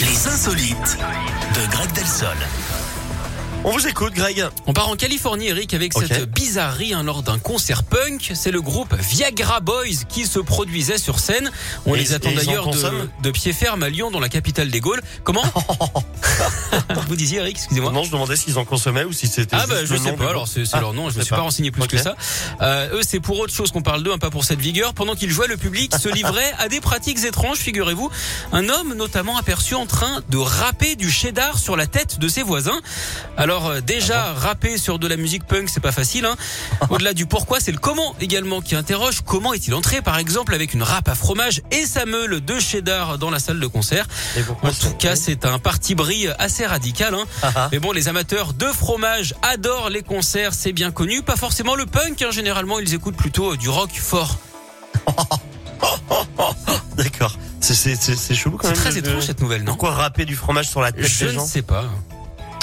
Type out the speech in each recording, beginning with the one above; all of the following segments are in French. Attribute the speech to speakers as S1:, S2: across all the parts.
S1: Les insolites de Greg Delsol.
S2: On vous écoute, Greg.
S3: On part en Californie, Eric, avec
S2: Ok.
S3: cette bizarrerie hein, lors d'un concert punk. C'est le groupe Viagra Boys qui se produisait sur scène. On
S2: Et-
S3: les attend
S2: et ils en
S3: d'ailleurs de,
S2: consomment
S3: de pied ferme à Lyon, dans la capitale des Gaules. Comment Vous disiez, Eric, excusez-moi.
S2: Non, je demandais s'ils en consommaient ou si c'était.
S3: Ah
S2: juste
S3: bah je
S2: le
S3: sais
S2: nom du
S3: pas, alors
S2: groupe.
S3: c'est c'est
S2: Ah,
S3: leur nom, je
S2: sais
S3: me suis pas
S2: pas.
S3: renseigné plus
S2: Ok.
S3: que ça. Euh, eux c'est pour autre chose qu'on parle d'eux, hein, pas pour cette vigueur. Pendant qu'ils jouaient, le public se livrait à des pratiques étranges, figurez-vous. Un homme notamment aperçu en train de râper du cheddar sur la tête de ses voisins. Alors euh, déjà,
S2: Ah
S3: rapper sur de la musique punk, c'est pas facile. Hein. Au-delà du pourquoi, c'est le comment également qui interroge. Comment est-il entré par exemple avec une râpe à fromage et sa meule de cheddar dans la salle de concert
S2: Et pourquoi
S3: En tout
S2: c'est-
S3: cas, c'est un parti bris assez radical. Hein.
S2: Ah, ah.
S3: Mais bon, les amateurs de fromage adorent les concerts, c'est bien connu. Pas forcément le punk, hein. généralement ils écoutent plutôt euh, du rock fort.
S2: D'accord. C'est- C'est c'est- c'est chelou quand
S3: C'est
S2: même.
S3: très
S2: de- de-
S3: étrange cette nouvelle, non
S2: Pourquoi râper du fromage sur la tête
S3: Je
S2: des
S3: ne
S2: gens
S3: sais pas.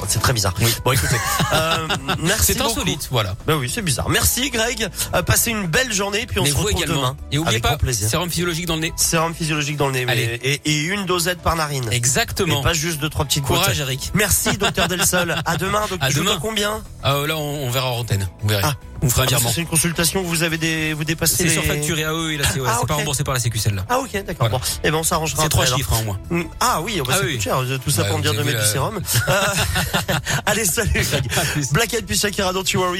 S2: C'est très bizarre. Bon, écoutez. euh, merci.
S3: C'est
S2: beaucoup.
S3: insolite, voilà.
S2: Bah oui, c'est bizarre. Merci, Greg. Euh, passez une belle journée, puis on
S3: Mais
S2: se
S3: vous
S2: retrouve
S3: également.
S2: demain.
S3: Et oubliez
S2: avec
S3: pas,
S2: grand plaisir.
S3: sérum physiologique dans le nez.
S2: Sérum physiologique dans le nez mais-
S3: Allez.
S2: et, et une dosette par narine.
S3: Exactement.
S2: Et pas juste deux trois petites
S3: Courage,
S2: gouttes.
S3: Eric.
S2: Merci, docteur Del Sol. À demain. Donc,
S3: À
S2: tu joues
S3: demain.
S2: dans combien
S3: Ah, là, on, on verra en antenne. On verra.
S2: Ah.
S3: On fera un
S2: Ah, parce que
S3: virement.
S2: C'est une consultation. où Vous avez des, vous dépassez.
S3: C'est
S2: les-
S3: surfacturé à eux et là, c'est ouais,
S2: Ah,
S3: c'est pas
S2: ok.
S3: remboursé par la sécu celle-là.
S2: Ah ok, d'accord.
S3: Voilà.
S2: Bon, eh ben on s'arrangera.
S3: C'est trois
S2: après, alors.
S3: chiffres, hein, au moins.
S2: Mm, Ah oui, oh, bah,
S3: Ah
S2: ça
S3: oui.
S2: coûte cher. euh, Tout ça
S3: Ouais,
S2: pour me dire
S3: vous
S2: de
S3: avez
S2: mettre
S3: vu
S2: du
S3: la-
S2: sérum. Euh, Allez, salut. Greg.
S3: À plus.
S2: Black Eyed puis Shakira, don't you worry.